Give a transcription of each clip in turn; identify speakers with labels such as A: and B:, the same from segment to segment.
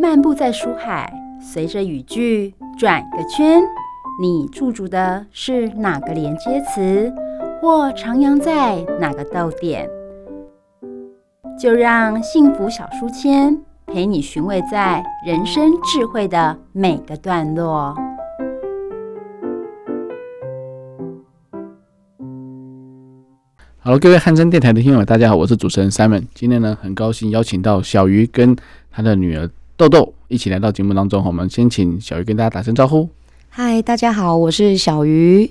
A: 漫步在书海，随着语句转个圈，你驻足的是哪个连接词，或徜徉在哪个逗点？就让幸福小书签陪你寻味在人生智慧的每个段落。
B: 好，各位汉声电台的听友，大家好，我是主持人 Simon。今天呢，很高兴邀请到小鱼跟他的女儿豆豆一起来到节目当中。我们先请小鱼跟大家打声招呼。
C: 嗨，大家好，我是小鱼。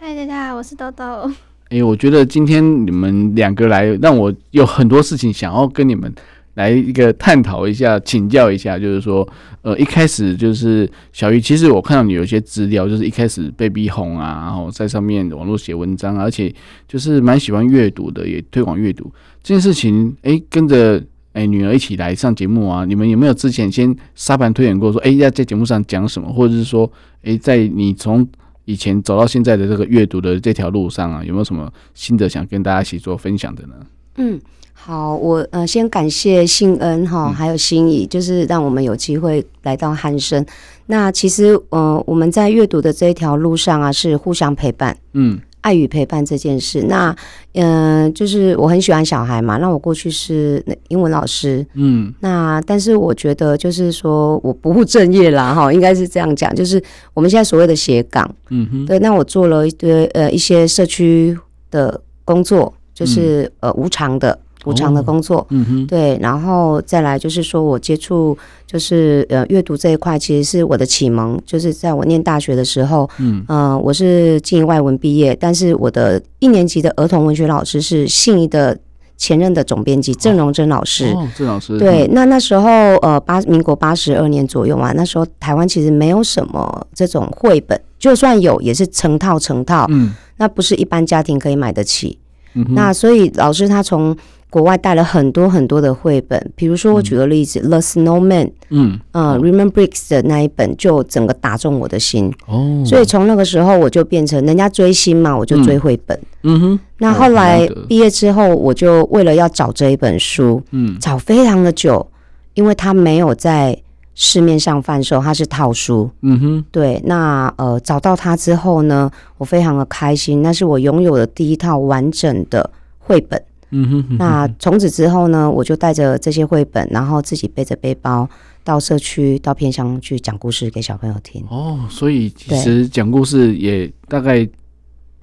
D: 嗨，大家好，我是豆豆。
B: 哎、我觉得今天你们两个来，让我有很多事情想要跟你们来一个探讨一下、请教一下。就是说，呃，一开始就是小鱼，其实我看到你有一些资料，就是一开始被逼红啊，然后在上面网络写文章啊，而且就是蛮喜欢阅读的，也推广阅读这件事情。哎、跟着。哎，女儿一起来上节目啊！你们有没有之前先沙盘推演过说，哎，要在节目上讲什么，或者是说，哎，在你从以前走到现在的这个阅读的这条路上啊，有没有什么心得想跟大家一起做分享的呢？
C: 嗯，好，我呃先感谢信恩哈，还有心怡，就是让我们有机会来到汉生。那其实呃我们在阅读的这一条路上啊，是互相陪伴。
B: 嗯
C: 爱与陪伴这件事，那嗯、呃就是我很喜欢小孩嘛。那我过去是英文老师，
B: 嗯
C: 那但是我觉得就是说我不务正业啦，哈，应该是这样讲。就是我们现在所谓的斜杠，
B: 嗯哼，
C: 对，那我做了一堆呃一些社区的工作，就是、呃无偿的无偿的
B: 嗯哦
C: 工作。
B: 嗯哼，
C: 对，然后再来就是说我接触就是呃阅读这一块，其实是我的启蒙，就是在我念大学的时候，
B: 嗯
C: 呃，我是静宜外文毕业，但是我的一年级的儿童文学老师是信宜的前任的总编辑郑荣珍老师。
B: 哦，郑老师，
C: 对，那那时候呃八民国八十二呃年左右嘛，那时候台湾其实没有什么这种绘本，就算有也是成套成套，
B: 嗯，
C: 那不是一般家庭可以买得起。
B: 嗯哼，
C: 那所以老师他从国外带了很多很多的绘本，比如说我举个例子，The Snowman》
B: 嗯
C: 呃 r e m a n Briggs 的那一本就整个打中我的心，
B: 哦，
C: 所以从那个时候我就变成人家追星嘛，我就追绘本。
B: 嗯哼，
C: 那后
B: 哦
C: 来
B: 了解
C: 毕业之后，我就为了要找这一本书，
B: 嗯
C: 找非常的久，因为它没有在市面上贩售，它是套书。
B: 嗯哼，
C: 对，那呃找到它之后呢，我非常的开心，那是我拥有的第一套完整的绘本。
B: 嗯哼，嗯哼
C: 那从此之后呢，我就带着这些绘本，然后自己背着背包到社区、到偏乡去讲故事给小朋友听。
B: 哦，所以其实讲故事也大概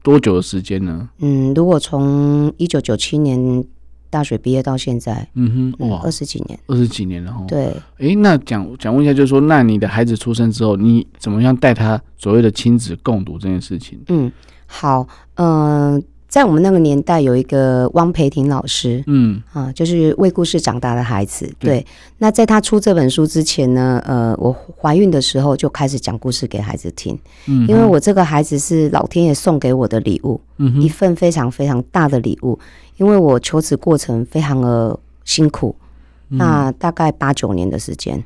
B: 多久的时间呢？
C: 嗯，如果从一九九七年大学毕业到现在，
B: 嗯哼，哇
C: 二，十几年，
B: 二十几年了哦。
C: 对。
B: 诶，那讲讲问一下，就是说，那你的孩子出生之后，你怎么样带他所谓的亲子共读这件事情？
C: 嗯，好，嗯、在我们那个年代有一个汪培婷老师
B: 嗯
C: 啊，就是为故事长大的孩子。
B: 对
C: 对，那在他出这本书之前呢，呃，我怀孕的时候就开始讲故事给孩子听，
B: 嗯，
C: 因为我这个孩子是老天爷送给我的礼物，
B: 嗯
C: 一
B: 哼
C: 份非常非常大的礼物，因为我求职过程非常的辛苦，
B: 嗯
C: 那大概八九年的时间。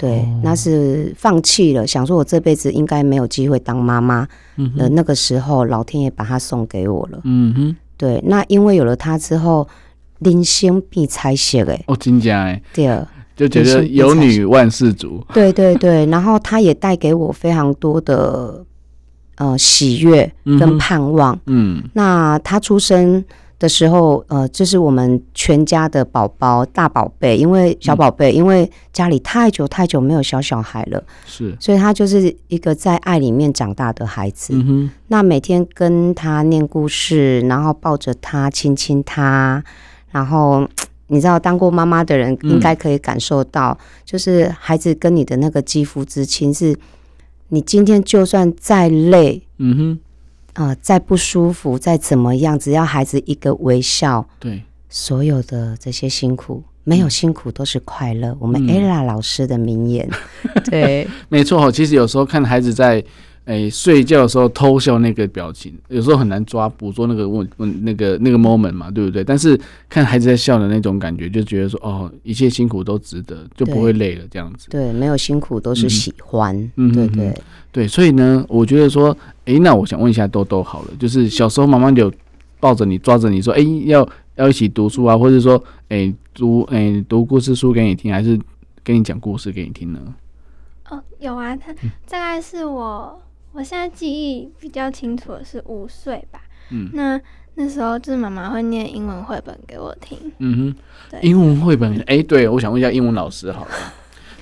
C: 对，
B: 哦
C: 那是放弃了，想说我这辈子应该没有机会当妈妈，
B: 嗯
C: 呃，
B: 哼
C: 那个时候老天爷把它送给我了。
B: 嗯哼，
C: 对，那因为有了它之后，人生必拆卸哎，
B: 哦，真假哎，
C: 第二，
B: 就觉得有女万事足。
C: 对对对，然后它也带给我非常多的呃喜悦
B: 嗯
C: 跟
B: 哼
C: 盼望。
B: 嗯
C: 那他出生的时候，呃，这、是我们全家的宝宝大宝贝，因为小宝贝，因为家里太久太久没有小小孩了，
B: 是，
C: 所以他就是一个在爱里面长大的孩子。
B: 嗯哼，
C: 那每天跟他念故事，然后抱着他，亲亲他，然后你知道，当过妈妈的人
B: 嗯
C: 应该可以感受到，就是孩子跟你的那个肌肤之亲是，你今天就算再累
B: 嗯哼，
C: 啊、呃再不舒服，再怎么样，只要孩子一个微笑，
B: 对，
C: 所有的这些辛苦。没有辛苦都是快乐，我们
B: 嗯
C: ella 老师的 名言，对，
B: 没错哦。其实有时候看孩子在诶睡觉的时候偷笑那个表情，有时候很难抓捕捉那个问问那个那个 moment 嘛，对不对？但是看孩子在笑的那种感觉，就觉得说哦，一切辛苦都值得，就不会累了这样子。
C: 对，没有辛苦都
B: 嗯
C: 是喜欢，
B: 嗯
C: 对
B: 嗯嗯
C: 对，
B: 对，所以呢，我觉得说，诶，那我想问一下豆豆好了，就是小时候妈妈有抱着你、抓着你说，诶，要要一起读书啊，或者说，诶，读诶读故事书给你听，还是跟你讲故事给你听呢？
D: 哦，有啊，他
B: 嗯
D: 大概是我，我现在记忆比较清楚的是五岁吧。
B: 嗯
D: 那那时候就是妈妈会念英文绘本给我听。
B: 嗯哼
D: 对，
B: 英文绘本，哎、对我想问一下英文老师好了，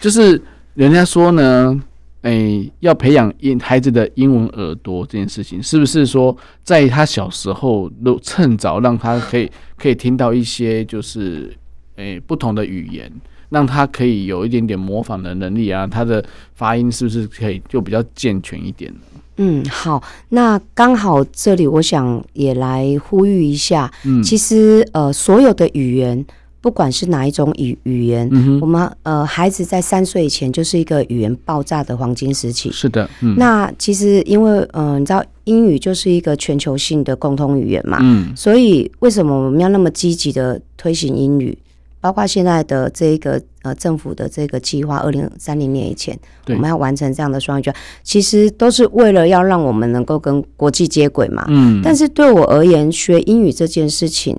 B: 就是人家说呢，哎、要培养英孩子的英文耳朵这件事情，是不是说在他小时候都趁早让他可以可以听到一些就是哎、不同的语言，让他可以有一点点模仿的能力啊，他的发音是不是可以就比较健全一点呢？
C: 嗯，好，那刚好这里我想也来呼吁一下，
B: 嗯，
C: 其实呃，所有的语言，不管是哪一种语语言，
B: 嗯
C: 我们呃孩子在三岁以前就是一个语言爆炸的黄金时期
B: 哼，。是的，嗯，
C: 那其实因为嗯、呃你知道英语就是一个全球性的共通语言嘛，
B: 嗯
C: 所以为什么我们要那么积极的推行英语？包括现在的这一个呃政府的这个计划，二零三零年以前，我
B: 对
C: 们要完成这样的双语教育，其实都是为了要让我们能够跟国际接轨嘛。
B: 嗯，
C: 但是对我而言，学英语这件事情，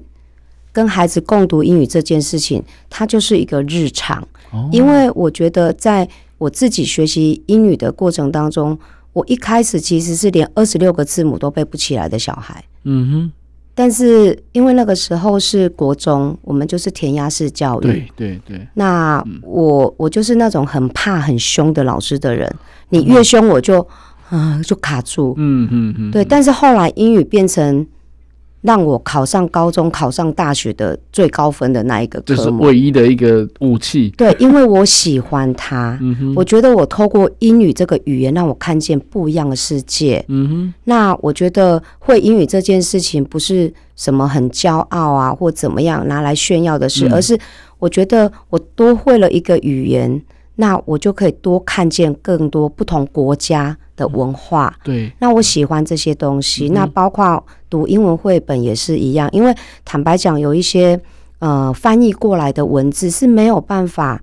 C: 跟孩子共读英语这件事情，它就是一个日常。
B: 哦
C: 因为我觉得在我自己学习英语的过程当中，我一开始其实是连二十六个字母都背不起来的小孩。
B: 嗯哼，
C: 但是因为那个时候是国中，我们就是填鸭式教育。
B: 对对对，
C: 那我我就是那种很怕很凶的老师的人，你越凶我就啊、就卡住。
B: 嗯嗯嗯，
C: 对，但是后来英语变成让我考上高中、考上大学的最高分的那一个
B: 这是
C: 科目。
B: 唯一的一个武器。
C: 对，因为我喜欢它，
B: 嗯哼，
C: 我觉得我透过英语这个语言，让我看见不一样的世界。
B: 嗯哼，
C: 那我觉得会英语这件事情不是什么很骄傲啊或怎么样拿来炫耀的事，
B: 嗯
C: 而是我觉得我多会了一个语言，那我就可以多看见更多不同国家的文化。
B: 对，
C: 那我喜欢这些东西，
B: 嗯哼
C: 那包括读英文绘本也是一样，因为坦白讲，有一些呃翻译过来的文字是没有办法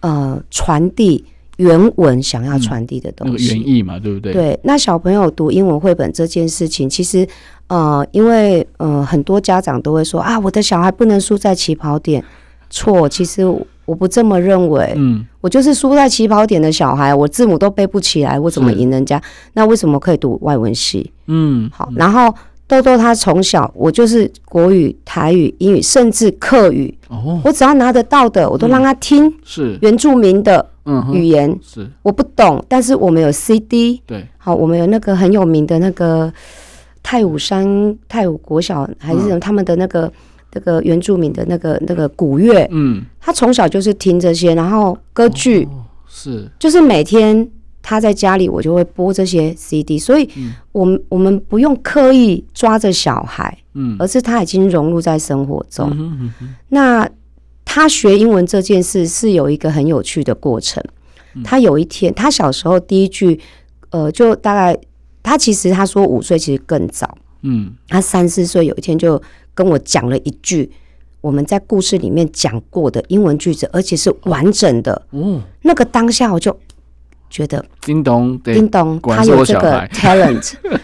C: 呃传递原文想要传递的
B: 那
C: 东
B: 个
C: 西。
B: 原意嘛，对不对？，
C: 对，那小朋友读英文绘本这件事情，其实呃，因为呃，很多家长都会说啊，我的小孩不能输在起跑点。错，其实我不这么认为。
B: 嗯，
C: 我就是输在起跑点的小孩，我字母都背不起来，我怎么
B: 是
C: 赢人家？那为什么可以读外文系？
B: 嗯，
C: 好，然后豆豆他从小我就是国语、台语、英语，甚至客语，
B: 哦，
C: 我只要拿得到的，我都让他听
B: 是，
C: 原住民的
B: 嗯哼，
C: 语言。
B: 是，
C: 我不懂，但是我们有 CD，
B: 对，
C: 好，我们有那个很有名的那个太武山太武国小还是什么、
B: 嗯
C: 他们的那个。那个原住民的那个那个古乐，
B: 嗯，
C: 他从小就是听这些，然后歌剧，
B: 哦是，
C: 就是每天他在家里，我就会播这些 CD，所以
B: 嗯
C: 我们、我们不用刻意抓着小孩，
B: 嗯，
C: 而是他已经融入在生活中。
B: 嗯哼嗯哼
C: 那他学英文这件事是有一个很有趣的过程。
B: 嗯
C: 他有一天，他小时候第一句，呃，就大概他其实他说五岁其实更早，
B: 嗯，
C: 他三四岁有一天就跟我讲了一句我们在故事里面讲过的英文句子，而且是完整的。
B: 哦，
C: 那个当下我就觉得
B: 叮咚，对，
C: 叮咚，
B: 果
C: 他
B: 然是我
C: 有这
B: 小
C: 个
B: 孩
C: talent，
D: 我已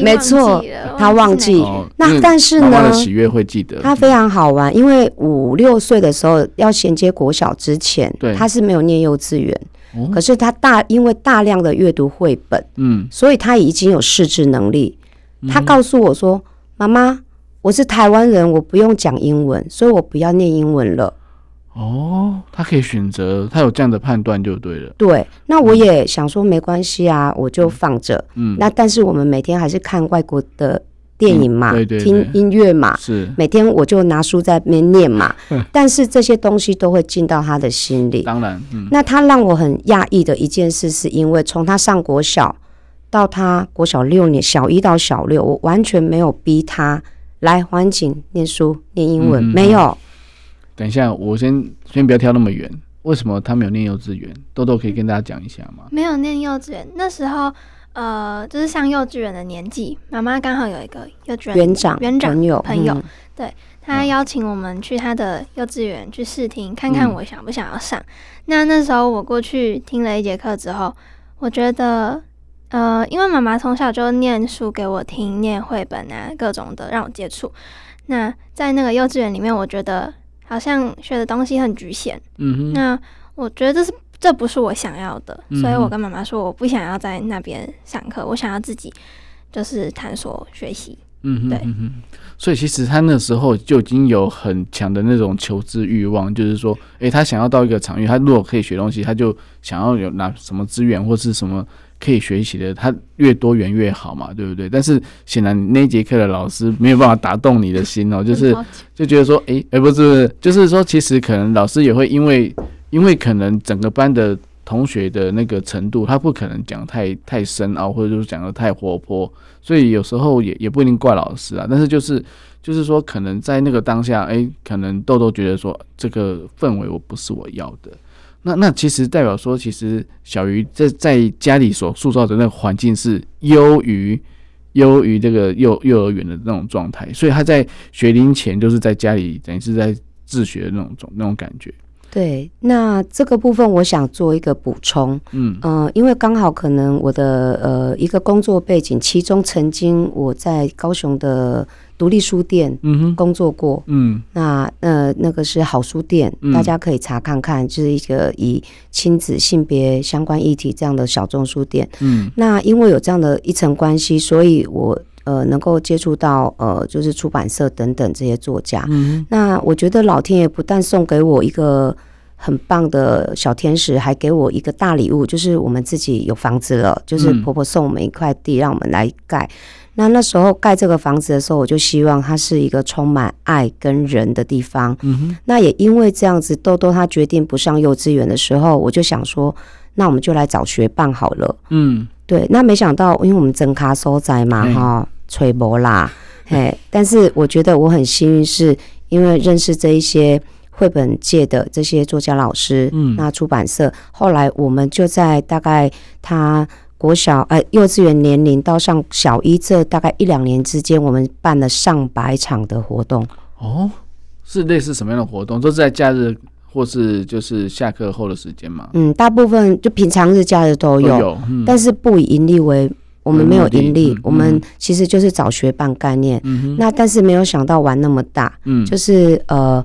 C: 对，
D: 经
C: 没
D: 忘记
C: 错，
D: 了
C: 他忘
D: 是哪
C: 记
D: 一
B: 哎哦
C: 那
B: 因为
C: 但是
B: 妈妈的
C: 呢
B: 喜悦会记得，
C: 他非常好玩，因为五六岁的时候要衔接国小之前
B: 对，
C: 他是没有念幼稚园，
B: 哦
C: 可是他大因为大量的阅读绘本，
B: 嗯，
C: 所以他已经有识字能力。他告诉我说：“妈妈，我是台湾人，我不用讲英文，所以我不要念英文了。
B: 哦，他可以选择，他有这样的判断就对了”，
C: 对，那我也想说没关系啊，我就放着。
B: 嗯，
C: 那但是我们每天还是看外国的电影嘛，
B: 嗯对对
C: 听
B: 对
C: 音乐嘛，
B: 是
C: 每天我就拿书在那边 念嘛，但是这些东西都会进到他的心里。
B: 当然，嗯，
C: 那他让我很讶异的一件事，是因为从他上国小到他国小六年，小一到小六，我完全没有逼他来环境念书、念英文，
B: 嗯嗯嗯
C: 没有。
B: 等一下，我先先不要跳那么远，为什么他没有念幼稚园？豆豆可以跟大家讲一下吗？
D: 没有念幼稚园，那时候呃，就是上幼稚园的年纪，妈妈刚好有一个幼稚园
C: 园长、
D: 园长
C: 朋友、
D: 朋友
C: 嗯
D: 他邀请我们去他的幼稚园去试听，看
B: 嗯
D: 看我想不想要上。那那时候我过去听了一节课之后，我觉得，呃，因为妈妈从小就念书给我听，念绘本啊，各种的让我接触。那在那个幼稚园里面，我觉得好像学的东西很局限。
B: 嗯哼，
D: 那我觉得这是这不是我想要的，
B: 嗯哼
D: 所以我跟妈妈说我不想要在那边上课，我想要自己就是探索学习。
B: 嗯哼
D: 对
B: 嗯哼，所以其实他那时候就已经有很强的那种求知欲望，就是说，诶、他想要到一个场域，他如果可以学东西，他就想要有拿什么资源或是什么可以学习的，他越多元越好嘛，对不对？但是显然那一节课的老师没有办法打动你的心哦，就是
D: 很好奇
B: 就觉得说，诶、诶、不是不是，就是说，其实可能老师也会因为，因为可能整个班的同学的那个程度，他不可能讲太太深奥，或者就是讲的太活泼，所以有时候也也不一定怪老师啊，但是就是就是说，可能在那个当下，诶、可能豆豆觉得说这个氛围我不是我要的。那那其实代表说，其实小鱼在在家里所塑造的那个环境是优于优于这个幼幼儿园的那种状态，所以他在学龄前就是在家里，等于是在自学的那种种那种感觉。
C: 对，那这个部分我想做一个补充，
B: 嗯
C: 呃，因为刚好可能我的呃一个工作背景，其中曾经我在高雄的独立书店
B: 嗯哼，
C: 工作过，
B: 嗯
C: 那呃那个是好书店，
B: 嗯
C: 大家可以查看看，就是一个以亲子性别相关议题这样的小众书店。
B: 嗯
C: 那因为有这样的一层关系，所以我呃能够接触到呃就是出版社等等这些作家。
B: 嗯
C: 那我觉得老天爷不但送给我一个很棒的小天使，还给我一个大礼物，就是我们自己有房子了，就是
B: 嗯
C: 婆婆送我们一块地，让我们来盖。那那时候盖这个房子的时候，我就希望它是一个充满爱跟人的地方。
B: 嗯哼，
C: 那也因为这样子，豆豆他决定不上幼稚园的时候，我就想说，那我们就来找学伴好了。
B: 嗯
C: 对，那没想到，因为我们真卡收窄嘛，
B: 嗯
C: 哈、吹波 啦，嘿，但是我觉得我很幸运，是因为认识这一些绘本界的这些作家老师，
B: 嗯
C: 那出版社，后来我们就在大概他国小呃幼稚园年龄到上小一这大概一两年之间，我们办了上百场的活动，
B: 哦，是类似什么样的活动？都是在假日或是就是下课后的时间嘛？
C: 嗯，大部分就平常日假日都
B: 都
C: 有，
B: 有，嗯
C: 但是不以盈利为，我们没有盈
B: 为目
C: 利
B: 的嗯，
C: 我们其实就是找学办概念。
B: 嗯哼，
C: 那但是没有想到玩那么大，
B: 嗯
C: 就是呃，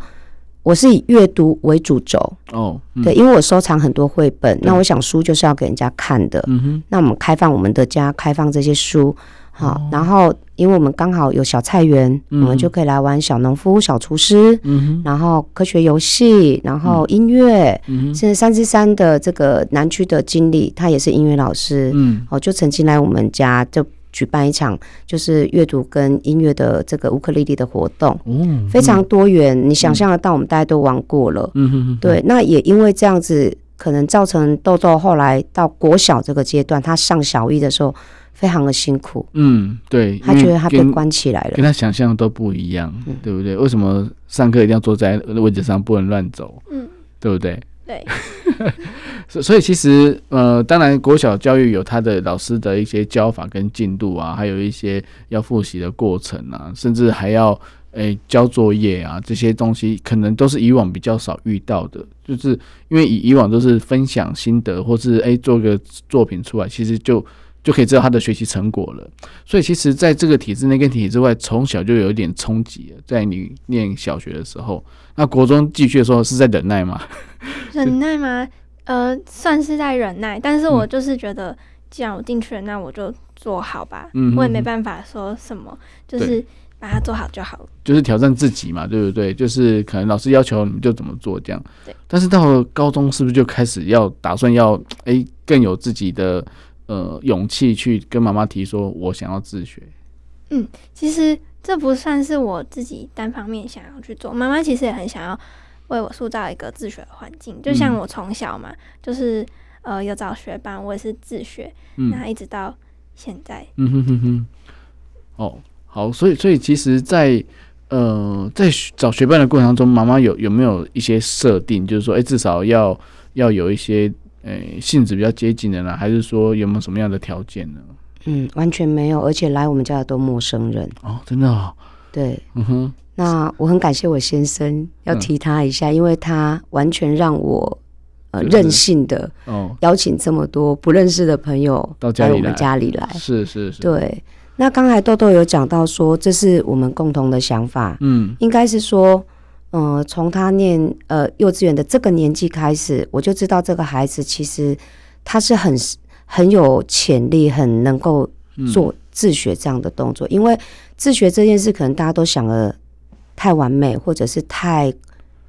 C: 我是以阅读为主轴，
B: 哦，嗯
C: 对，，因为我收藏很多绘本，
B: 对
C: 那我想书就是要给人家看的。
B: 嗯哼，
C: 那我们开放我们的家，开放这些书，好，然后因为我们刚好有小菜园，我
B: 哦嗯
C: 们就可以来玩小农夫、小厨师，
B: 嗯哼，
C: 然后科学游戏，然后音乐。
B: 嗯哼，
C: 是三之三的这个南区的经理，他也是音乐老师，
B: 嗯
C: 哦，就曾经来我们家就举办一场就是阅读跟音乐的这个乌克丽丽的活动，
B: 哦，
C: 非常多元，你想象得到，我们大家都玩过了。
B: 嗯哼，嗯，
C: 对，那也因为这样子，可能造成豆豆后来到国小这个阶段，他上小一的时候非常的辛苦，
B: 嗯对，
C: 他
B: 因为
C: 觉得他被
B: 跟
C: 关起来了
B: 跟。他想象的都不一样，
D: 嗯
B: 对不对？为什么上课一定要坐在位置上，不能乱走？
D: 嗯，
B: 对不对？
D: 对，
B: 所所以其实呃，当然国小教育有他的老师的一些教法跟进度啊，还有一些要复习的过程啊，甚至还要诶、交作业啊，这些东西可能都是以往比较少遇到的，就是因为以以往都是分享心得，或是诶、做个作品出来，其实就。就可以知道他的学习成果了，所以其实在这个体制内跟体制外，从小就有一点冲击了。在你念小学的时候，那国中继续的时候是在忍耐嘛？
D: 忍耐吗？呃，算是在忍耐，但是
B: 嗯
D: 我就是觉得，既然我进去了，那我就做好吧。
B: 嗯
D: 我也
B: 哼
D: 没
B: 哼
D: 办法说什么，就
B: 对
D: 是把它做好就好了。
B: 就是挑战自己嘛，对不对？就是可能老师要求你们就怎么做这样。
D: 对。
B: 但是到了高中，是不是就开始要打算要哎、诶更有自己的呃勇气去跟妈妈提说，我想要自学。
D: 其实这不算是我自己单方面想要去做，妈妈其实也很想要为我塑造一个自学的环境，就像
B: 嗯
D: 我从小嘛，就是呃有找学班，我也是自学，
B: 嗯
D: 那一直到现在，
B: 嗯哼哼哼。哦，好，所以所以其实在，呃在学找学伴的过程当中，妈妈有有没有一些设定，就是说，哎、至少要要有一些呃性质比较接近的呢，还是说有没有什么样的条件呢？
C: 嗯，完全没有，而且来我们家的都陌生人。
B: 哦，真的、
C: 啊
B: 哦，
C: 对，
B: 嗯哼，
C: 那我很感谢我先生，要
B: 嗯
C: 提他一下，因为他完全让我呃
B: 就是
C: 任性的
B: 哦，
C: 邀请这么多不认识的朋友
B: 到家里
C: 我们
B: 来
C: 家里来。
B: 是是是，，
C: 对，那刚才豆豆有讲到说，这是我们共同的想法，
B: 嗯。
C: 应该是说，呃，从他念呃幼稚园的这个年纪开始，我就知道这个孩子其实他是很很有潜力，很能够
B: 嗯
C: 做自学这样的动作，因为自学这件事可能大家都想的太完美，或者是太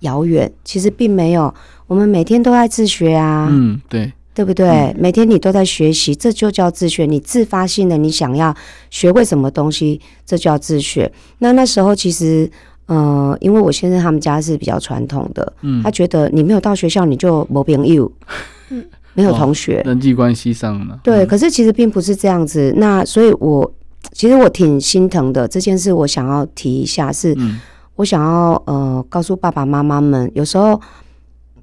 C: 遥远，其实并没有。我们每天都在自学啊，
B: 嗯，对，
C: 对不对？每天你都在学习，这就叫自学。你自发性的，你想要学会什么东西，这叫自学。那那时候其实，呃，因为我先生他们家是比较传统的，
B: 嗯
C: 他，觉得你没有到学校，你就没朋友，
D: 嗯
C: 没有同学。
B: 人际关系上呢，
C: 对，可是其实并不是这样子。那所以我，其实我挺心疼的。这件事我想要提一下是，
B: 嗯，
C: 我想要呃告诉爸爸妈妈们，有时候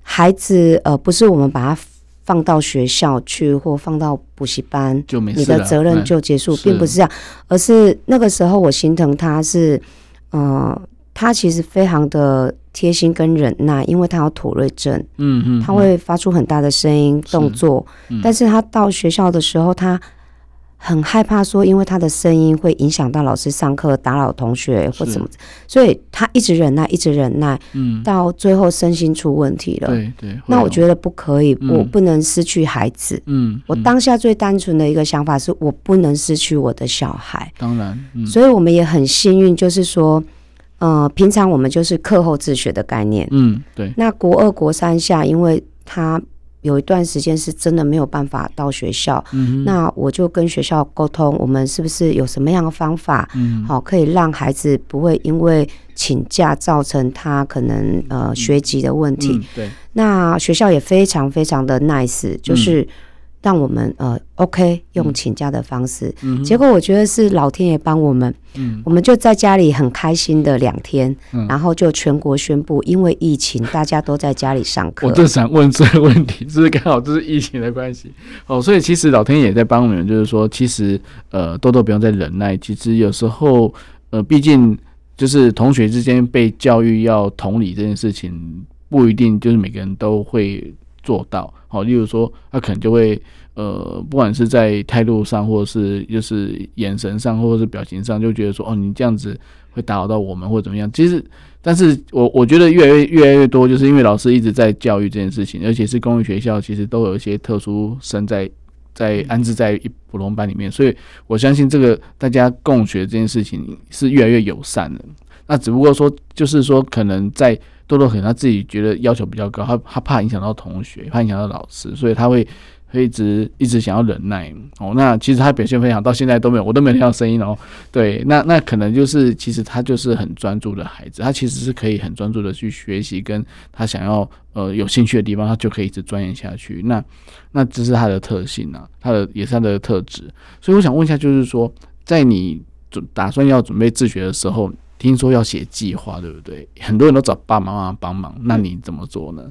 C: 孩子呃不是我们把他放到学校去或放到补习班，
B: 就没
C: 你
B: 事了，
C: 的责任就结束，
B: 是
C: 并不是这样，而是那个时候我心疼他是，呃，他其实非常的贴心跟忍耐，因为他有妥瑞症，
B: 嗯嗯，
C: 他会发出很大的声音
B: 是
C: 动作，
B: 嗯，
C: 但
B: 是
C: 是他到学校的时候，他很害怕说，因为他的声音会影响到老师上课，打扰同学或
B: 是
C: 怎么，所以他一直忍耐，一直忍耐，
B: 嗯，
C: 到最后身心出问题了。
B: 对对，会
C: 那
B: 有
C: 我觉得不可以，
B: 嗯
C: 我不能失去孩子。
B: 嗯，
C: 我
B: 嗯
C: 当下最单纯的一个想法是我不能失去我的小孩，
B: 当然，嗯，
C: 所以我们也很幸运，就是说，呃，平常我们就是课后自学的概念。
B: 嗯，对，
C: 那国二、国三下，因为他有一段时间是真的没有办法到学校，
B: 嗯哼，
C: 那我就跟学校沟通，我们是不是有什么样的方法，
B: 嗯，
C: 好、可以让孩子不会因为请假造成他可能呃学籍的问题。
B: 嗯，对，
C: 那学校也非常非常的 nice，就是
B: 嗯
C: 让我们呃 OK 用请假的方式。
B: 嗯哼，
C: 结果我觉得是老天爷帮我们，
B: 嗯
C: 我们就在家里很开心的两天，
B: 嗯
C: 然后就全国宣布，因为疫情大家都在家里上课
B: 我。就想问这个问题，是不是刚好就是疫情的关系？哦，所以其实老天也在帮我们，就是说，其实呃，豆豆不用再忍耐。其实有时候，呃，毕竟就是同学之间被教育要同理这件事情，不一定就是每个人都会做到。好、例如说，他可能就会呃，不管是在态度上，或者是就是眼神上，或者是表情上，就觉得说，哦，你这样子会打扰到我们，或者怎么样。其实但是我我觉得越来越越来越多，就是因为老师一直在教育这件事情，而且是公立学校，其实都有一些特殊生在在安置在一普通班里面，所以我相信这个大家共学这件事情是越来越友善的。那只不过说，就是说可能在多多可能他自己觉得要求比较高，他他怕影响到同学，怕影响到老师，所以他会。会一直一直想要忍耐哦，那其实他表现非常，到现在都没有，我都没有听到声音哦。对，那那可能就是其实他就是很专注的孩子，他其实是可以很专注的去学习，跟他想要呃有兴趣的地方，他就可以一直钻研下去。那那这是他的特性啊，他的也是他的特质。所以我想问一下，就是说，在你准打算要准备自学的时候，听说要写计划，对不对？很多人都找爸爸妈妈帮忙，那你怎么做呢？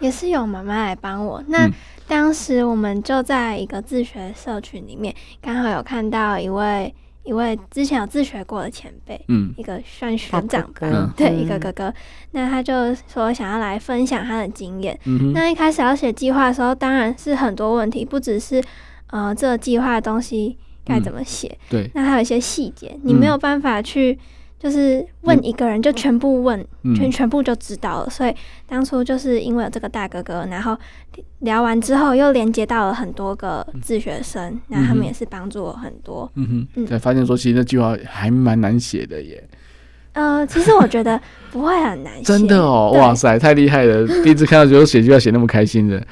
D: 也是有妈妈来帮我。那
B: 嗯
D: 当时我们就在一个自学社群里面，刚好有看到一位一位之前有自学过的前辈，
B: 嗯
D: 一个算
C: 大
D: 学
C: 哥
D: 长吧，
C: 哥
B: 嗯
D: 对，一个
C: 嗯
D: 哥哥。那他就说想要来分享他的经验。
B: 嗯哼，
D: 那一开始要写计划的时候，当然是很多问题，不只是呃这个计划的东西该怎么写，
B: 嗯对，嗯
D: 那还有一些细节，你没有办法去就是问一个人就全部问，
B: 嗯
D: 全全部就知道了。所以当初就是因为有这个大哥哥，然后聊完之后又连接到了很多个自学生，那、他
B: 嗯哼
D: 们也是帮助我很多。
B: 嗯哼，
D: 嗯
B: 才发现说其实那计划还蛮难写的耶。
D: 呃，其实我觉得不会 很难写，
B: 嗯真的哦，
D: 对
B: 哇塞，太厉害 了！第一次看到觉得写就要写那么开心的，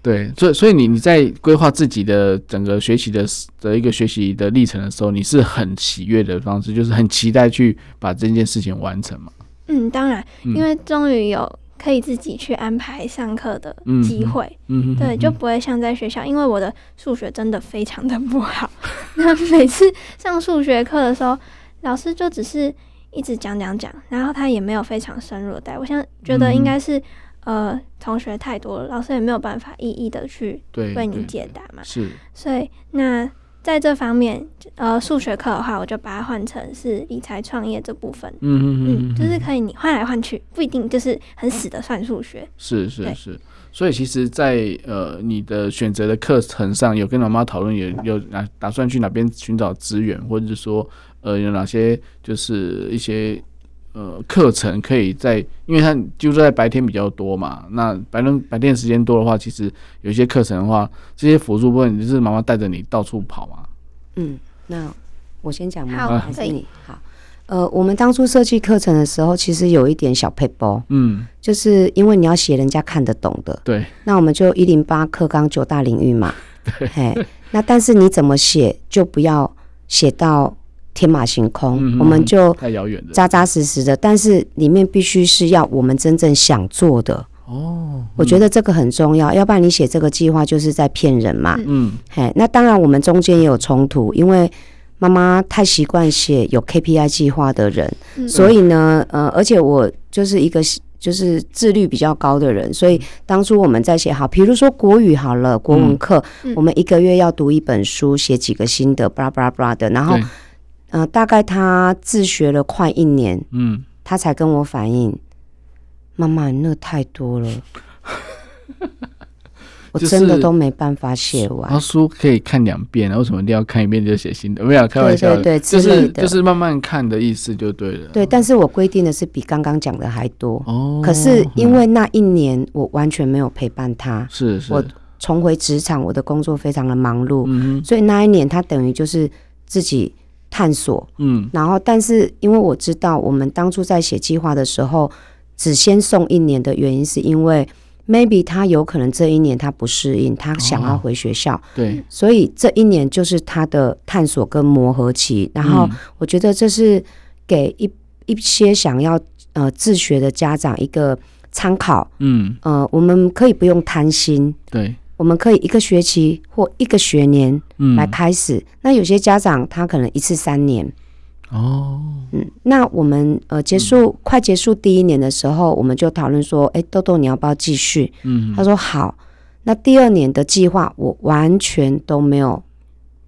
B: 对，所以所以你你在规划自己的整个学习的的一个学习的历程的时候，你是很喜悦的方式，就是很期待去把这件事情完成嘛。
D: 嗯，当然，
B: 嗯
D: 因为终于有可以自己去安排上课的
B: 嗯
D: 机
B: 嗯
D: 会，
B: 嗯哼，
D: 对，就
B: 嗯
D: 不会像在学校，因为我的数学真的非常的不好。 那每次上数学课的时候，老师就只是一直讲讲讲，然后他也没有非常深入的带。我想觉
B: 嗯
D: 得应该是、呃同学太多了，老师也没有办法一一的去
B: 对
D: 为你
B: 对
D: 解答嘛。
B: 是
D: 所以那在这方面，呃，数学课的话，我就把它换成是理财创业这部分。
B: 嗯哼
D: 嗯，
B: 嗯哼，
D: 就是
B: 嗯
D: 可以你换来换去，不一定就是很死的算数学。
B: 是是
D: 对
B: 是。所以其实在，呃你的选择的课程上，有跟妈妈讨论，有有哪打算去哪边寻找资源，或者是说呃有哪些就是一些呃课程可以在，因为它就在白天比较多嘛，那白天白天时间多的话，其实有一些课程的话，这些辅助部分就是妈妈带着你到处跑嘛。
C: 嗯，那我先讲吗？
D: 好
C: 还是
D: 可以
C: 你好？呃，我们当初设计课程的时候，其实有一点小配包，
B: 嗯，
C: 就是因为你要写人家看得懂的，
B: 对，
C: 那我们就一零八课纲九大领 域嘛。嘿，那但是你怎么写，就不要写到天马行空，
B: 嗯
C: 我们就
B: 太遥远了。
C: 扎扎实实的，但是里面必须是要我们真正想做的。
D: 嗯
B: 哦，
C: 我觉得这个很重要，要不然你写这个计划就是在骗人嘛。
D: 嗯
B: 嗯，
C: 嘿，那当然我们中间也有冲突，因为妈妈太习惯写有 KPI 计划的人，
D: 嗯
C: 所以呢，呃，而且我就是一个就是自律比较高的人，所
D: 嗯
C: 以当初我们在写好，比如说国语好了，国文课，
D: 嗯
C: 我们一个月要读一本书，写几个心得，巴拉巴拉巴拉的，然后
B: 对，
C: 呃，大概他自学了快一年，
B: 嗯，
C: 他才跟我反映，妈妈，你那太 多了。我
B: 就是哦
C: 真的都没办法写完，
B: 然后书可以看两遍，为什么一定要看一遍就写新的？没有开玩笑的，
C: 对对对
B: 就
C: 之类
B: 是
C: 的
B: 就是慢慢看的意思就对了。
C: 对，但是我规定的是比刚刚讲的还多。
B: 哦，
C: 可是因为那一年我完全没有陪伴他，
B: 是是，
C: 我重回职场，我的工作非常的忙碌，
B: 嗯哼
C: 所以那一年他等于就是自己探索。
B: 嗯
C: 然后，但是因为我知道我们当初在写计划的时候，只先送一年的原因是因为 maybe 他有可能这一年他不适应，他想要
B: 哦
C: 回学校，
B: 对，
C: 所以这一年就是他的探索跟磨合期。然后
B: 嗯
C: 我觉得这是给一一些想要呃自学的家长一个参考。
B: 嗯
C: 呃，我们可以不用贪心，
B: 对，
C: 我们可以一个学期或一个学年
B: 嗯
C: 来开始。那有些家长他可能一次三年，
B: 哦，
C: 嗯，那我们呃结
B: 嗯
C: 束、快结束第一年的时候，我们就讨论说，哎，豆豆你要不要继续？
B: 嗯，
C: 他说好。那第二年的计划我完全都没有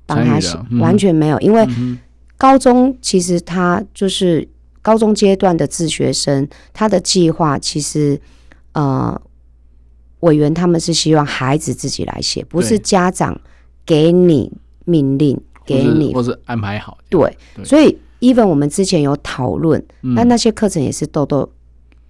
C: 帮他写
B: 参与了，嗯
C: 完全没有，因为
B: 嗯哼
C: 高中其实他就是高中阶段的自学生，他的计划其实呃，委员他们是希望孩子自己来写，不是
B: 对
C: 家长给你命令给
B: 或是
C: 你
B: 或是安排好，
C: 对，
B: 对
C: 所以 even 我们之前有讨论，
B: 嗯
C: 那那些课程也是豆豆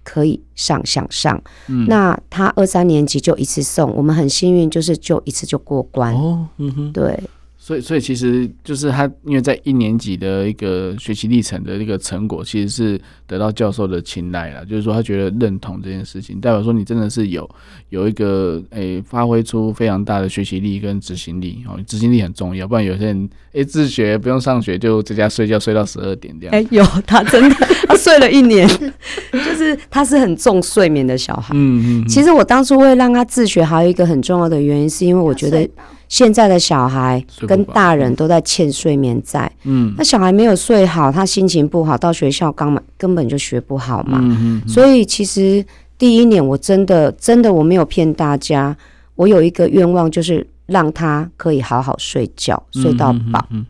C: 可以上想上，
B: 嗯
C: 那他二三年级就一次送，我们很幸运就是就一次就过关，
B: 哦，嗯哼，
C: 对
B: 所以所以其实就是他，因为在一年级的一个学习历程的一个成果，其实是得到教授的青睐了，就是说他觉得认同这件事情，代表说你真的是有有一个诶、发挥出非常大的学习力跟执行力哦，执行力很重要，不然有些人诶、自学不用上学就在家睡觉睡到十二点这样，
C: 哎、有他真 的，他睡了一年， 就是他是很重睡眠的小孩。
B: 嗯嗯，嗯
C: 其实我当初会让他自学，还有一个很重要的原因，是因为我觉得
D: 睡饱
C: 现在的小孩
B: 睡不
C: 跟
B: 饱
C: 大人都在欠睡眠债。
B: 嗯
C: 那小孩没有睡好，他心情不好，到学校刚根本就学不好嘛。
B: 嗯嗯，
C: 所以其实第一年我真的真的我没有骗大家，我有一个愿望就是让他可以好好睡觉，睡到饱，，
B: 嗯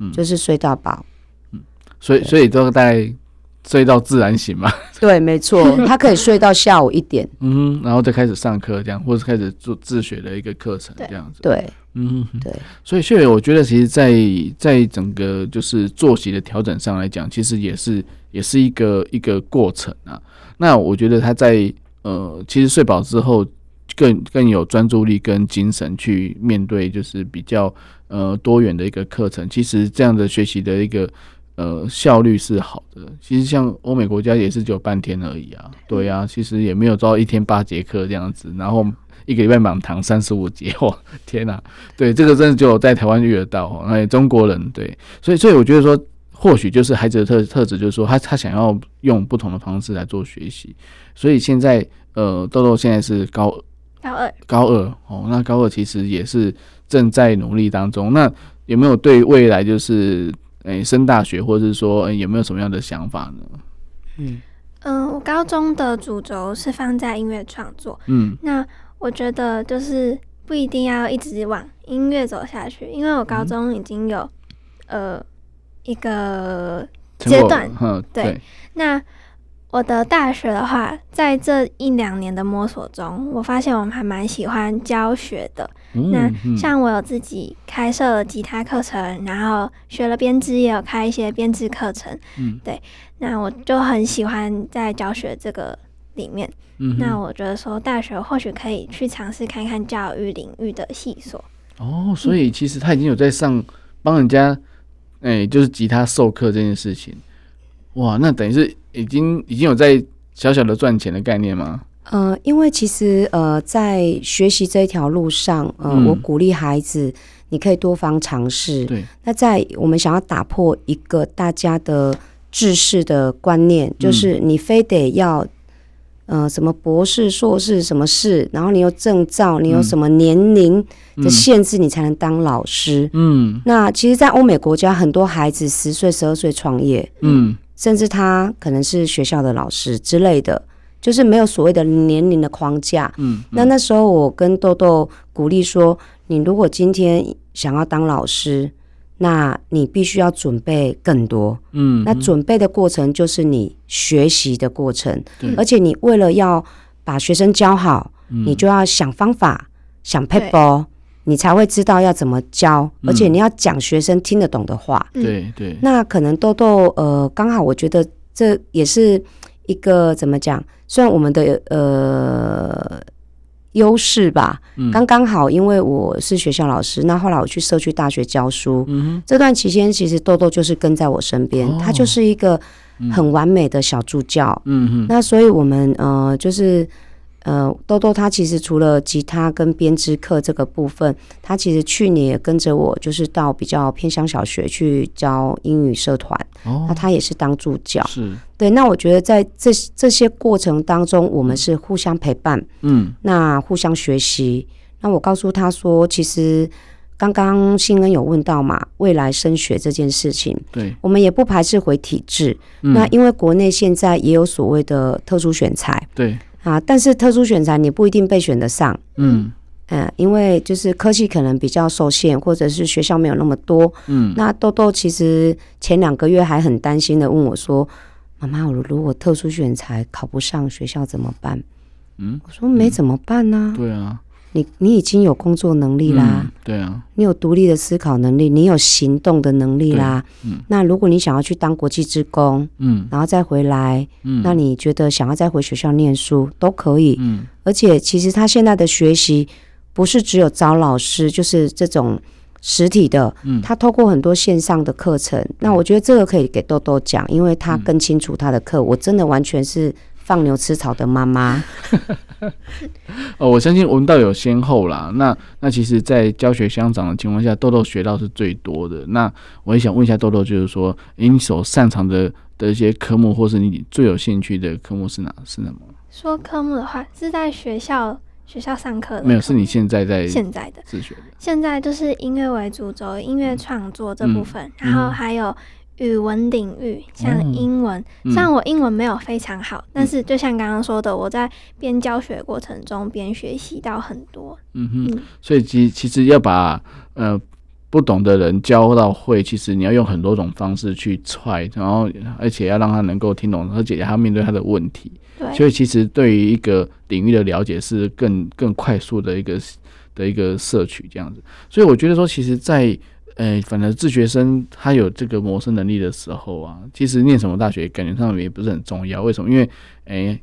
B: 嗯，
C: 就是睡到饱。
B: 所以所以都大概睡到自然醒嘛。
C: 对，没错， 他可以睡到下午一点。
B: 嗯哼，然后再开始上课这样，或者开始做自学的一个课程
D: 对
B: 这样子。
C: 对
B: 嗯哼，
C: 对，
B: 所以血友，我觉得其实在，在整个就是作息的调整上来讲，其实也是也是一个一个过程啊。那我觉得他在呃，其实睡饱之后更更有专注力跟精神去面对，就是比较呃多元的一个课程。其实这样的学习的一个。呃，效率是好的。其实像欧美国家也是只有半天而已啊，对啊，其实也没有到一天八节课这样子，然后一个礼拜满堂三十五节，哇，天啊哪、对，这个真的只有在台湾遇得到哦。那中国人对，所以所以我觉得说，或许就是孩子的特特质，就是说他他想要用不同的方式来做学习。所以现在呃，豆豆现在是高
D: 高二
B: 高二哦，那高二其实也是正在努力当中。那有没有对未来就是诶、升大学，或者是说、哎诶有没有什么样的想法呢？
C: 嗯，
D: 嗯，我高中的主轴是放在音乐创作。
B: 嗯
D: 那我觉得就是不一定要一直往音乐走下去，因为我高中已经有、呃一个
B: 成果
D: 阶段
B: 嗯
D: 对
B: 对，
D: 那我的大学的话，在这一两年的摸索中，我发现我还蛮喜欢教学的。那
B: 嗯
D: 像我有自己开设了吉他课程，然后学了编织，也有开一些编织课程。
B: 嗯
D: 对，那我就很喜欢在教学这个里面。
B: 嗯
D: 那
B: 哼
D: 我觉得说，大学或许可以去尝试看看教育领域的系所。
B: 哦，所以其实他已经有在上帮人家，哎、就是吉他授课这件事情。哇，那等于是已经已经有在小小的赚钱的概念吗？
C: 呃，因为其实呃，在学习这一条路上，呃，
B: 嗯
C: 我鼓励孩子，你可以多方尝试。
B: 对，
C: 那在我们想要打破一个大家的制式的观念，就是你非得要。呃，什么博士、硕士，什么士，然后你有证照，你有什么年龄的限制，你才能当老师。
B: 嗯
C: 那其实，在欧美国家，很多孩子十岁、十二岁创业，
B: 嗯
C: 甚至他可能是学校的老师之类的，就是没有所谓的年龄的框架。
B: 嗯，
C: 那
B: 嗯
C: 那时候我跟豆豆鼓励说，你如果今天想要当老师，那你必须要准备更多。
B: 嗯，
C: 那
B: 嗯
C: 准备的过程就是你学习的过程
B: 对，嗯
C: 而且你为了要把学生教好，你就要想方法、想 p
D: 对
C: a p e 你才会知道要怎么教，
B: 嗯
C: 而且你要讲学生听得懂的话。
D: 嗯
B: 对对，
C: 那可能豆豆呃，刚好我觉得这也是一个怎么讲，算我们的呃优势吧。
B: 嗯
C: 刚刚好，因为我是学校老师，那后来我去社区大学教书。
B: 嗯
C: 这段期间，其实豆豆就是跟在我身边，
B: 哦嗯
C: 他就是一个很完美的小助教。
B: 哼嗯嗯
C: 那所以我们呃就是呃豆豆他其实除了吉他跟编织课这个部分，他其实去年也跟着我就是到比较偏乡小学去教英语社团，那
B: 哦
C: 他也是当助教。
B: 是
C: 对，那我觉得在这这些过程当中，我们是互相陪伴，
B: 嗯
C: 那互相学习。那我告诉他说，其实刚刚新恩有问到嘛，未来升学这件事情，
B: 对，
C: 我们也不排斥回体制。
B: 嗯
C: 那因为国内现在也有所谓的特殊选材，
B: 对
C: 啊，但是特殊选材你不一定被选得上，
B: 嗯
C: 嗯，因为就是科技可能比较受限，或者是学校没有那么多。
B: 嗯
C: 那豆豆其实前两个月还很担心的问我说：“妈妈，我如果特殊选材考不上学校怎么办
B: 嗯？”
C: 我说：“没怎么办呐、
B: 对啊，
C: 你你已经有工作能力啦，
B: 嗯对啊，
C: 你有独立的思考能力，你有行动的能力啦。
B: 对嗯
C: 那如果你想要去当国际职工，
B: 嗯
C: 然后再回来，
B: 嗯，
C: 那你觉得想要再回学校念书都可以。
B: 嗯
C: 而且其实他现在的学习不是只有找老师，就是这种实体的，
B: 嗯
C: 他透过很多线上的课程。那我觉得这个可以给豆豆讲，因为他更清楚他的课。我真的完全是放牛吃草的妈妈，
B: 哦，我相信文道有先后啦。那那其实，在教学相长的情况下，豆豆学到是最多的。那我也想问一下豆豆，就是说，诶你所擅长的的一些科目，或是你最有兴趣的科目是哪是哪么？
D: 说科目的话，是在学校学校上课的科目，
B: 没有，是你现在在
D: 呃现在的
B: 自学的。
D: 现在就是音乐为主轴，音乐创作这部分，
B: 嗯
D: 然后还有语文领域，像英文。
B: 嗯
D: 虽然我英文没有非常好，但是就像刚刚说的，我在边教学过程中边学习到很多。
B: 嗯哼
D: 嗯，
B: 所以其其实要把呃不懂的人教到会，其实你要用很多种方式去踹，然后而且要让他能够听懂，而且他面对他的问题。所
D: 对，
B: 以其实对于一个领域的了解是更更快速的一个的一个摄取这样子。所以我觉得说，其实在，呃，反正自学生他有这个谋生能力的时候啊，其实念什么大学感觉上也不是很重要。为什么？因为，诶、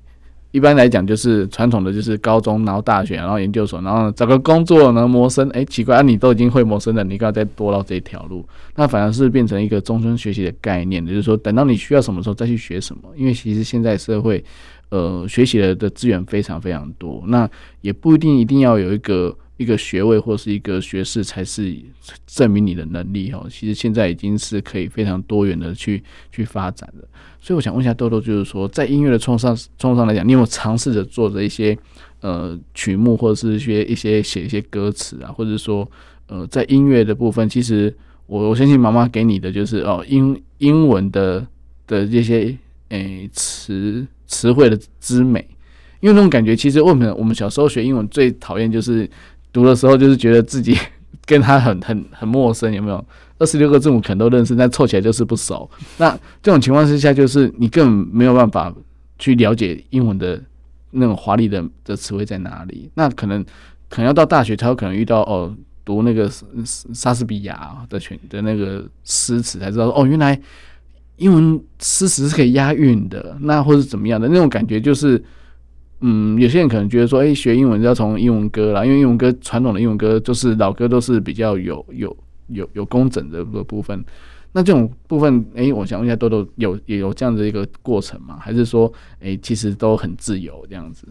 B: 一般来讲就是传统的就是高中，然后大学，然后研究所，然后找个工作，然后谋生。诶，奇怪，啊，你都已经会谋生了，你干嘛再多绕这一条路？那反而是变成一个终身学习的概念，也就是说，等到你需要什么时候再去学什么。因为其实现在社会，呃，学习的的资源非常非常多，那也不一定一定要有一个一个学位或是一个学士才是证明你的能力哦。其实现在已经是可以非常多元的去去发展的。所以我想问一下豆豆，就是说，在音乐的创上创上来讲，你有没有尝试着做着一些呃曲目，或者是一些一些写一些歌词啊，或者是说呃在音乐的部分，其实我我相信妈妈给你的就是哦英英文的的这些诶词词汇的之美，因为那种感觉，其实为什么我们小时候学英文最讨厌就是读的时候就是觉得自己 跟它很很很陌生，有没有？二十六个字母可能都认识，但凑起来就是不熟。那这种情况之下，就是你根本没有办法去了解英文的那种华丽的的词汇在哪里。那可能可能要到大学才有可能遇到哦，读那个莎莎士比亚的全的那个诗词才知道哦，原来英文诗词是可以押韵的，那或是怎么样的那种感觉就是。嗯，有些人可能觉得说，哎、学英文要从英文歌啦，因为英文歌传统的英文歌就是老歌都是比较有有有有工整的部分。那这种部分，哎、我想问一下豆豆，有也有这样的一个过程吗？还是说，哎、其实都很自由这样子？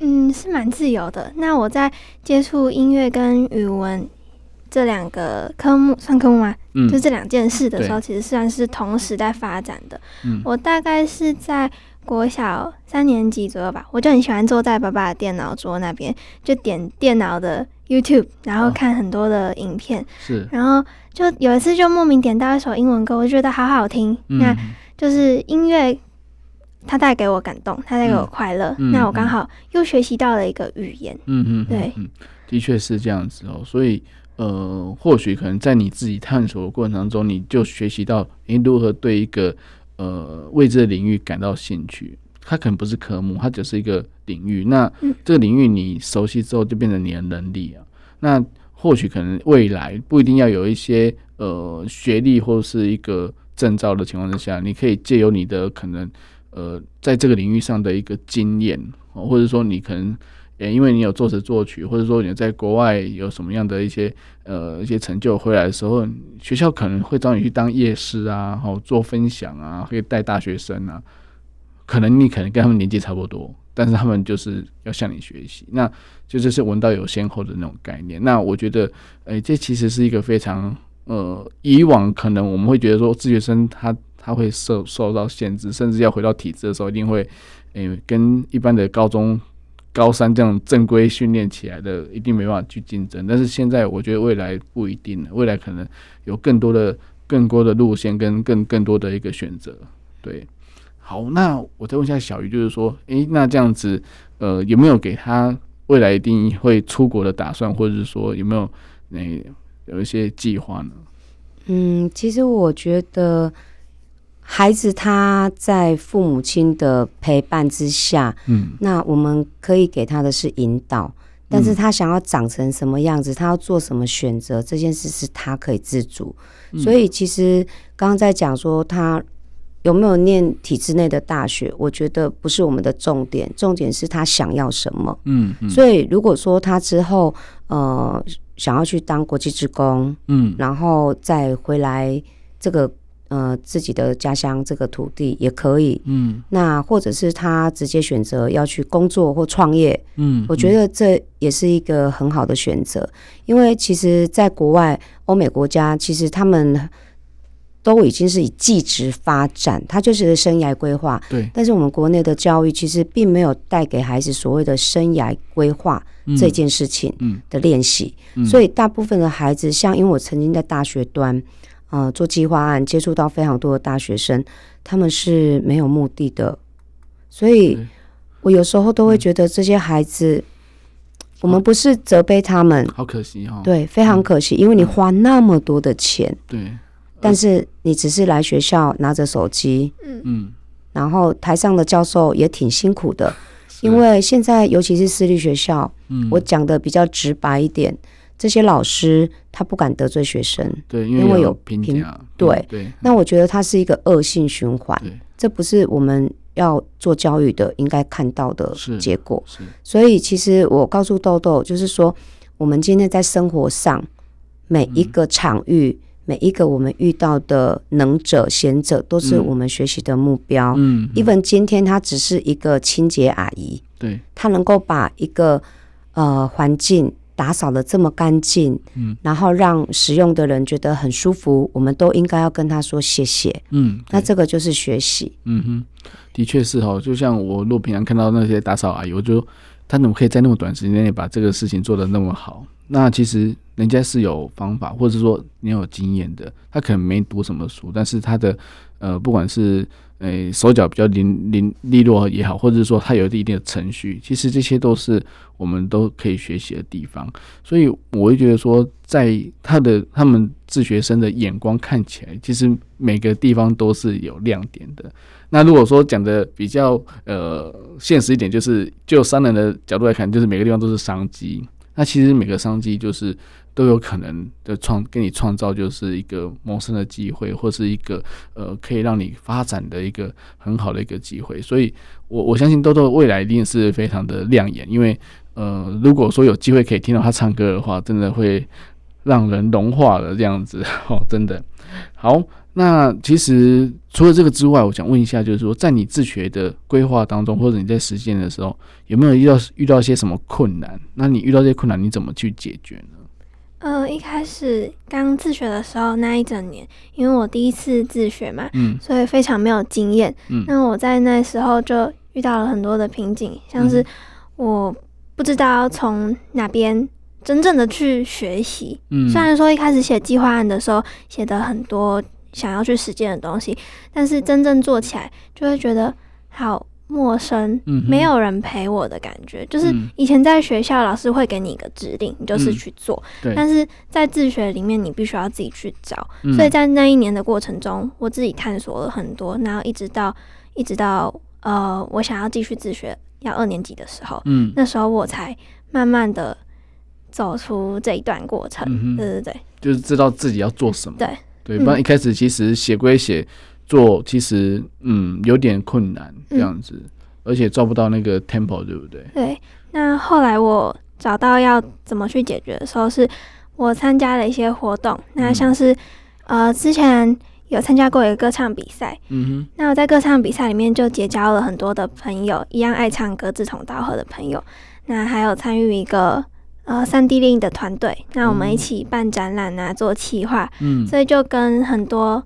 D: 嗯，是蛮自由的。那我在接触音乐跟语文这两个科目，算科目吗？
B: 嗯
D: 就这两件事的时候，
B: 对
D: 其实算是同时在发展的。
B: 嗯
D: 我大概是在国小三年级左右吧，我就很喜欢坐在爸爸的电脑桌那边，就点电脑的 YouTube，然后
B: 哦
D: 看很多的影片，
B: 是，
D: 然后就有一次就莫名点到一首英文歌，我就觉得好好听。
B: 嗯
D: 那就是音乐，它带给我感动，它带给我快乐。
B: 嗯
D: 那我刚
B: 嗯
D: 好又学习到了一个语言。
B: 嗯嗯，
D: 对
B: 嗯，的确是这样子哦。所以，呃，或许可能在你自己探索的过程当中，你就学习到你如何对一个呃未知的领域感到兴趣。它可能不是科目，它只是一个领域。那
D: 嗯
B: 这个领域你熟悉之后，就变成你的能力啊。那或许可能未来不一定要有一些呃学历或是一个证照的情况之下，你可以借由你的可能呃在这个领域上的一个经验，哦或者说你可能也因为你有作词作曲，或者说你在国外有什么样的一些呃一些成就回来的时候，学校可能会找你去当夜师啊，然后做分享啊，可以带大学生啊。可能你可能跟他们年纪差不多，但是他们就是要向你学习，那就这是文道有先后的那种概念。那我觉得，诶、这其实是一个非常呃，以往可能我们会觉得说自学生他他会受受到限制，甚至要回到体制的时候，一定会诶、跟一般的高中高三这样正规训练起来的，一定没办法去竞争。但是现在我觉得未来不一定了，未来可能有更多的、更多的路线跟更更多的一个选择。对，好，那我再问一下小鱼，就是说，诶、那这样子，呃，有没有给他未来一定会出国的打算，或者是说有没有诶、有一些计划呢？
C: 嗯，其实我觉得孩子他在父母亲的陪伴之下，
B: 嗯
C: 那我们可以给他的是引导，但是
B: 嗯
C: 他想要长成什么样子，他要做什么选择，这件事是他可以自主。
B: 嗯
C: 所以其实刚刚在讲说他有没有念体制内的大学，我觉得不是我们的重点，重点是他想要什么。
B: 嗯嗯，以
C: 所以如果说他之后呃想要去当国际职工，
B: 嗯
C: 然后再回来这个呃自己的家乡这个土地也可以。
B: 嗯
C: 那或者是他直接选择要去工作或创业，
B: 嗯，
C: 我觉
B: 得
C: 得这也是一个很好的选择，因为其实，在国外欧美国家，其实他们都已经是以技职发展，它就是生涯规划。
B: 对
C: 但是我们国内的教育其实并没有带给孩子所谓的生涯规划这件事情
B: 嗯
C: 的练习，
B: 嗯
C: 所
B: 以
C: 以大部分的孩子，像因为我曾经在大学端，呃，做计划案，接触到非常多的大学生，他们是没有目的的，所以
B: 对
C: 我有时候都会觉得这些孩子，我们不是责备他们，
B: 好可惜哦哈。
C: 对，非常可
B: 嗯
C: 惜，因为你花那么多的钱，
B: 对，
C: 但是你只是来学校拿着手机，
D: 嗯，
B: 嗯，
C: 然后台上的教授也挺辛苦的，
B: 是
C: 因为现在尤其是私立学校，
B: 嗯
C: 我讲的比较直白一点，这些老师他不敢得罪学生，
B: 对，因
C: 因为
B: 有
C: 有
B: 评
C: 评
B: 价，嗯
C: 对
B: 对，
C: 那我觉得它是一个恶性循环
B: 对，
C: 这不是我们要做教育的应该看到的
B: 是
C: 结果。
B: 是
C: 所以其实我告诉豆豆，就是说我们今天在生活上每一个
B: 嗯
C: 场域。每一个我们遇到的能者、贤者，都是
B: 嗯
C: 我们学习的目标。
B: 嗯
C: even 今天她只是一个清洁阿姨，
B: 对，
C: 她能够把一个呃环境打扫的这么干净，
B: 嗯，
C: 然后让使用的人觉得很舒服，我们都应该要跟她说谢谢。
B: 嗯，
C: 那
B: 对
C: 这个就是学习，
B: 嗯哼，的确是哦。就像我若平常看到那些打扫阿姨，我就她怎么可以在那么短时间内把这个事情做得那么好？那其实人家是有方法，或者说你有经验的。她可能没读什么书，但是她的呃，不管是呃手脚比较灵灵利落也好，或者是说他有一定的程序，其实这些都是我们都可以学习的地方。所以我会觉得说，在他的他们自学生的眼光看起来，其实每个地方都是有亮点的。那如果说讲的比较呃现实一点，就是就商人的角度来看，就是每个地方都是商机。那其实每个商机就是都有可能的创给你创造就是一个谋生的机会，或是一个呃可以让你发展的一个很好的一个机会。所以我我相信豆豆未来一定是非常的亮眼，因为呃如果说有机会可以听到他唱歌的话，真的会让人融化了这样子 哦，真的好。那其实除了这个之外，我想问一下，就是说，在你自学的规划当中，或者你在实践的时候，有没有遇到遇到一些什么困难？那你遇到这些困难，你怎么去解决呢？
D: 呃，一开始刚自学的时候那一整年，因为我第一次自学嘛，
B: 嗯
D: 所以非常没有经验。
B: 嗯
D: 那我在那时候就遇到了很多的瓶颈，像是
B: 嗯
D: 我不知道要从哪边真正的去学习。
B: 嗯
D: 虽然说一开始写计划案的时候写的很多想要去实践的东西，但是真正做起来就会觉得好陌生，
B: 嗯哼
D: 没有人陪我的感觉。就是
B: 嗯
D: 以前在学校，老师会给你一个指令，你就是
B: 嗯
D: 去做，
B: 对
D: 但是在自学里面，你必须要自己去找。
B: 嗯
D: 所以在那一年的过程中，我自己探索了很多，然后一直到一直到呃，我想要继续自学，要二年级的时候，
B: 嗯
D: 那时候我才慢慢的走出这一段过程。
B: 嗯哼
D: 对对对，
B: 就是知道自己要做什么。
D: 对
B: 对，
D: 嗯
B: 不然一开始其实写归写，做其实嗯有点困难这样子，而且抓不到那个 tempo，对不对？
D: 对。那后来我找到要怎么去解决的时候，是我参加了一些活动，那
B: 嗯
D: 像是、呃之前有参加过一个歌唱比赛，
B: 嗯
D: 那我在歌唱比赛里面就结交了很多的朋友，一样爱唱歌、志同道合的朋友。那还有参与一个呃三 D 猎影的团队，那我们一起办展览啊，做企划，
B: 哼，嗯，
D: 所以就跟很多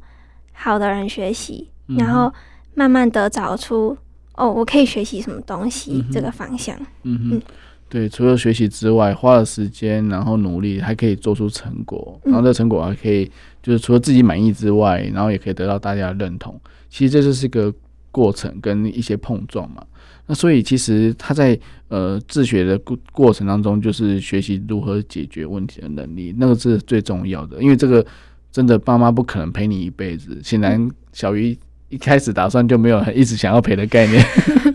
D: 好的人学习，
B: 嗯
D: 然后慢慢的找出哦，我可以学习什么东西
B: 嗯哼
D: 这个方向。
B: 嗯哼
D: 嗯，
B: 对，除了学习之外，花了时间，然后努力，还可以做出成果，
D: 嗯
B: 然后这成果还可以就是除了自己满意之外，然后也可以得到大家的认同。其实这就是一个过程跟一些碰撞嘛。那所以其实他在呃自学的过过程当中，就是学习如何解决问题的能力，那个是最重要的，因为这个真的爸妈不可能陪你一辈子。显然小鱼一开始打算就没有很一直想要陪的概念，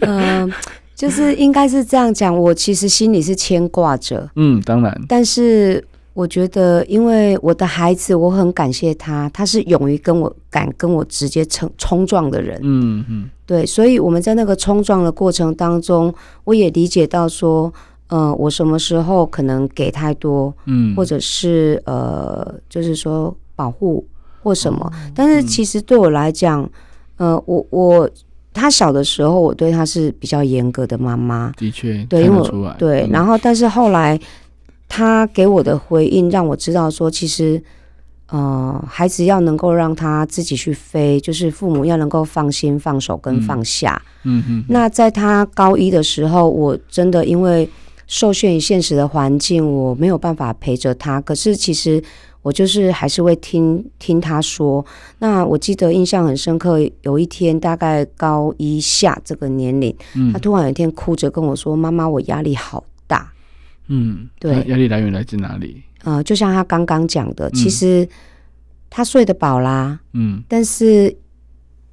C: 嗯、就是应该是这样讲。我其实心里是牵挂着，
B: 嗯，当然，
C: 但是我觉得，因为我的孩子，我很感谢他，他是勇于跟我敢跟我直接冲冲撞的人。
B: 嗯嗯
C: 对，所以我们在那个冲撞的过程当中，我也理解到说，嗯、我什么时候可能给太多，
B: 嗯，
C: 或者是呃，就是说保护或什么。但是
B: 嗯
C: 其实对我来讲，呃，我我他小的时候，我对他是比较严格的妈妈，
B: 的确，
C: 对，因
B: 看得
C: 为我
B: 出来，
C: 对，
B: 嗯
C: 然后但是后来他给我的回应让我知道说，其实。呃，孩子要能够让他自己去飞，就是父母要能够放心、放手跟
B: 嗯
C: 放下。
B: 嗯嗯，
C: 那在他高一的时候，我真的因为受限于现实的环境，我没有办法陪着他。可是其实我就是还是会听听他说。那我记得印象很深刻，有一天大概高一下这个年龄，
B: 嗯
C: 他突然有一天哭着跟我说：“妈妈，我压力好大。
B: 嗯，
C: 对
B: 那压力来源来自哪里？”
C: 呃，就像他刚刚讲的，
B: 嗯
C: 其实他睡得饱啦，
B: 嗯
C: 但是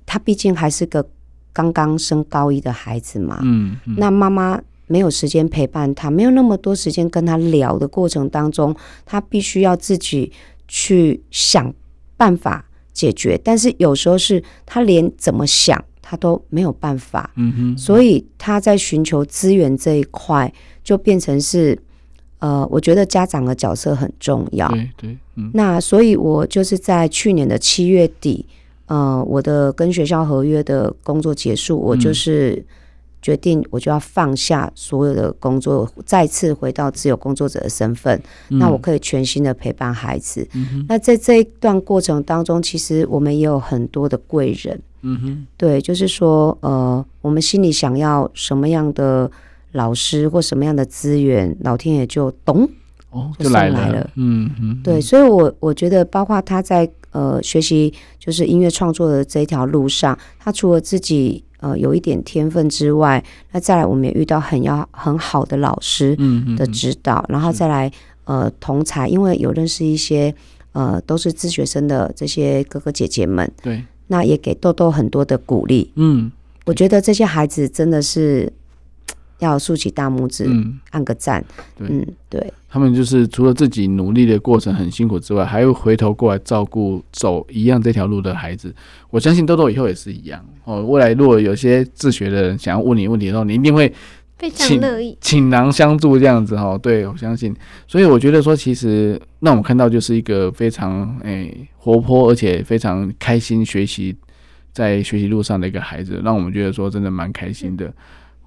C: 他毕竟还是个刚刚升高一的孩子嘛。
B: 嗯，嗯
C: 啊那妈妈没有时间陪伴他，没有那么多时间跟他聊的过程当中，他必须要自己去想办法解决。但是有时候是他连怎么想他都没有办法，
B: 嗯哼，
C: 所以他在寻求资源这一块就变成是，呃，我觉得家长的角色很重要。
B: 对对，嗯
C: 那所以，我就是在去年的七月底，呃，我的跟学校合约的工作结束，我
B: 嗯
C: 就是决定我就要放下所有的工作，再次回到自由工作者的身份。
B: 嗯
C: 那我可以全心的陪伴孩子。
B: 嗯哼
C: 那在这一段过程当中，其实我们也有很多的贵人，
B: 嗯哼
C: 对，就是说，呃，我们心里想要什么样的老师或什么样的资源，老天爷就懂
B: 哦
C: 就
B: 就来
C: 上来
B: 了
C: 了，
B: 嗯嗯，
C: 对，
B: 嗯
C: 所以我我觉得，包括他在呃学习就是音乐创作的这一条路上，他除了自己呃有一点天分之外，那再来我们也遇到很要很好的老师
B: 嗯嗯
C: 的指导，然后再来呃同才，因为有认识一些呃都是自学生的这些哥哥姐姐们，
B: 对，
C: 那也给豆豆很多的鼓励。
B: 嗯
C: 我觉得这些孩子真的是要竖起大拇指，
B: 嗯，
C: 按个赞。
B: 对
C: 嗯，对，
B: 他们就是除了自己努力的过程很辛苦之外，还会回头过来照顾走一样这条路的孩子。我相信豆豆以后也是一样哦。未来如果有些自学的人想要问你问题的时候，你一定会
D: 非常乐意。
B: 倾囊相助这样子哈。对我相信，所以我觉得说，其实让我们看到就是一个非常诶、活泼，而且非常开心学习，在学习路上的一个孩子，让我们觉得说真的蛮开心的。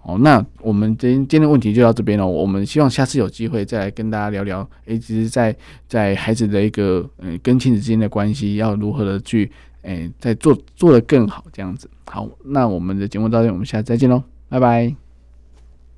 B: 哦，那我们今天今天的问题就到这边了。哦我们希望下次有机会再来跟大家聊聊，诶、其实在在孩子的一个嗯、呃跟亲子之间的关系，要如何的去诶、在做做得更好这样子。好，那我们的节目到这边，我们下次再见喽，拜拜。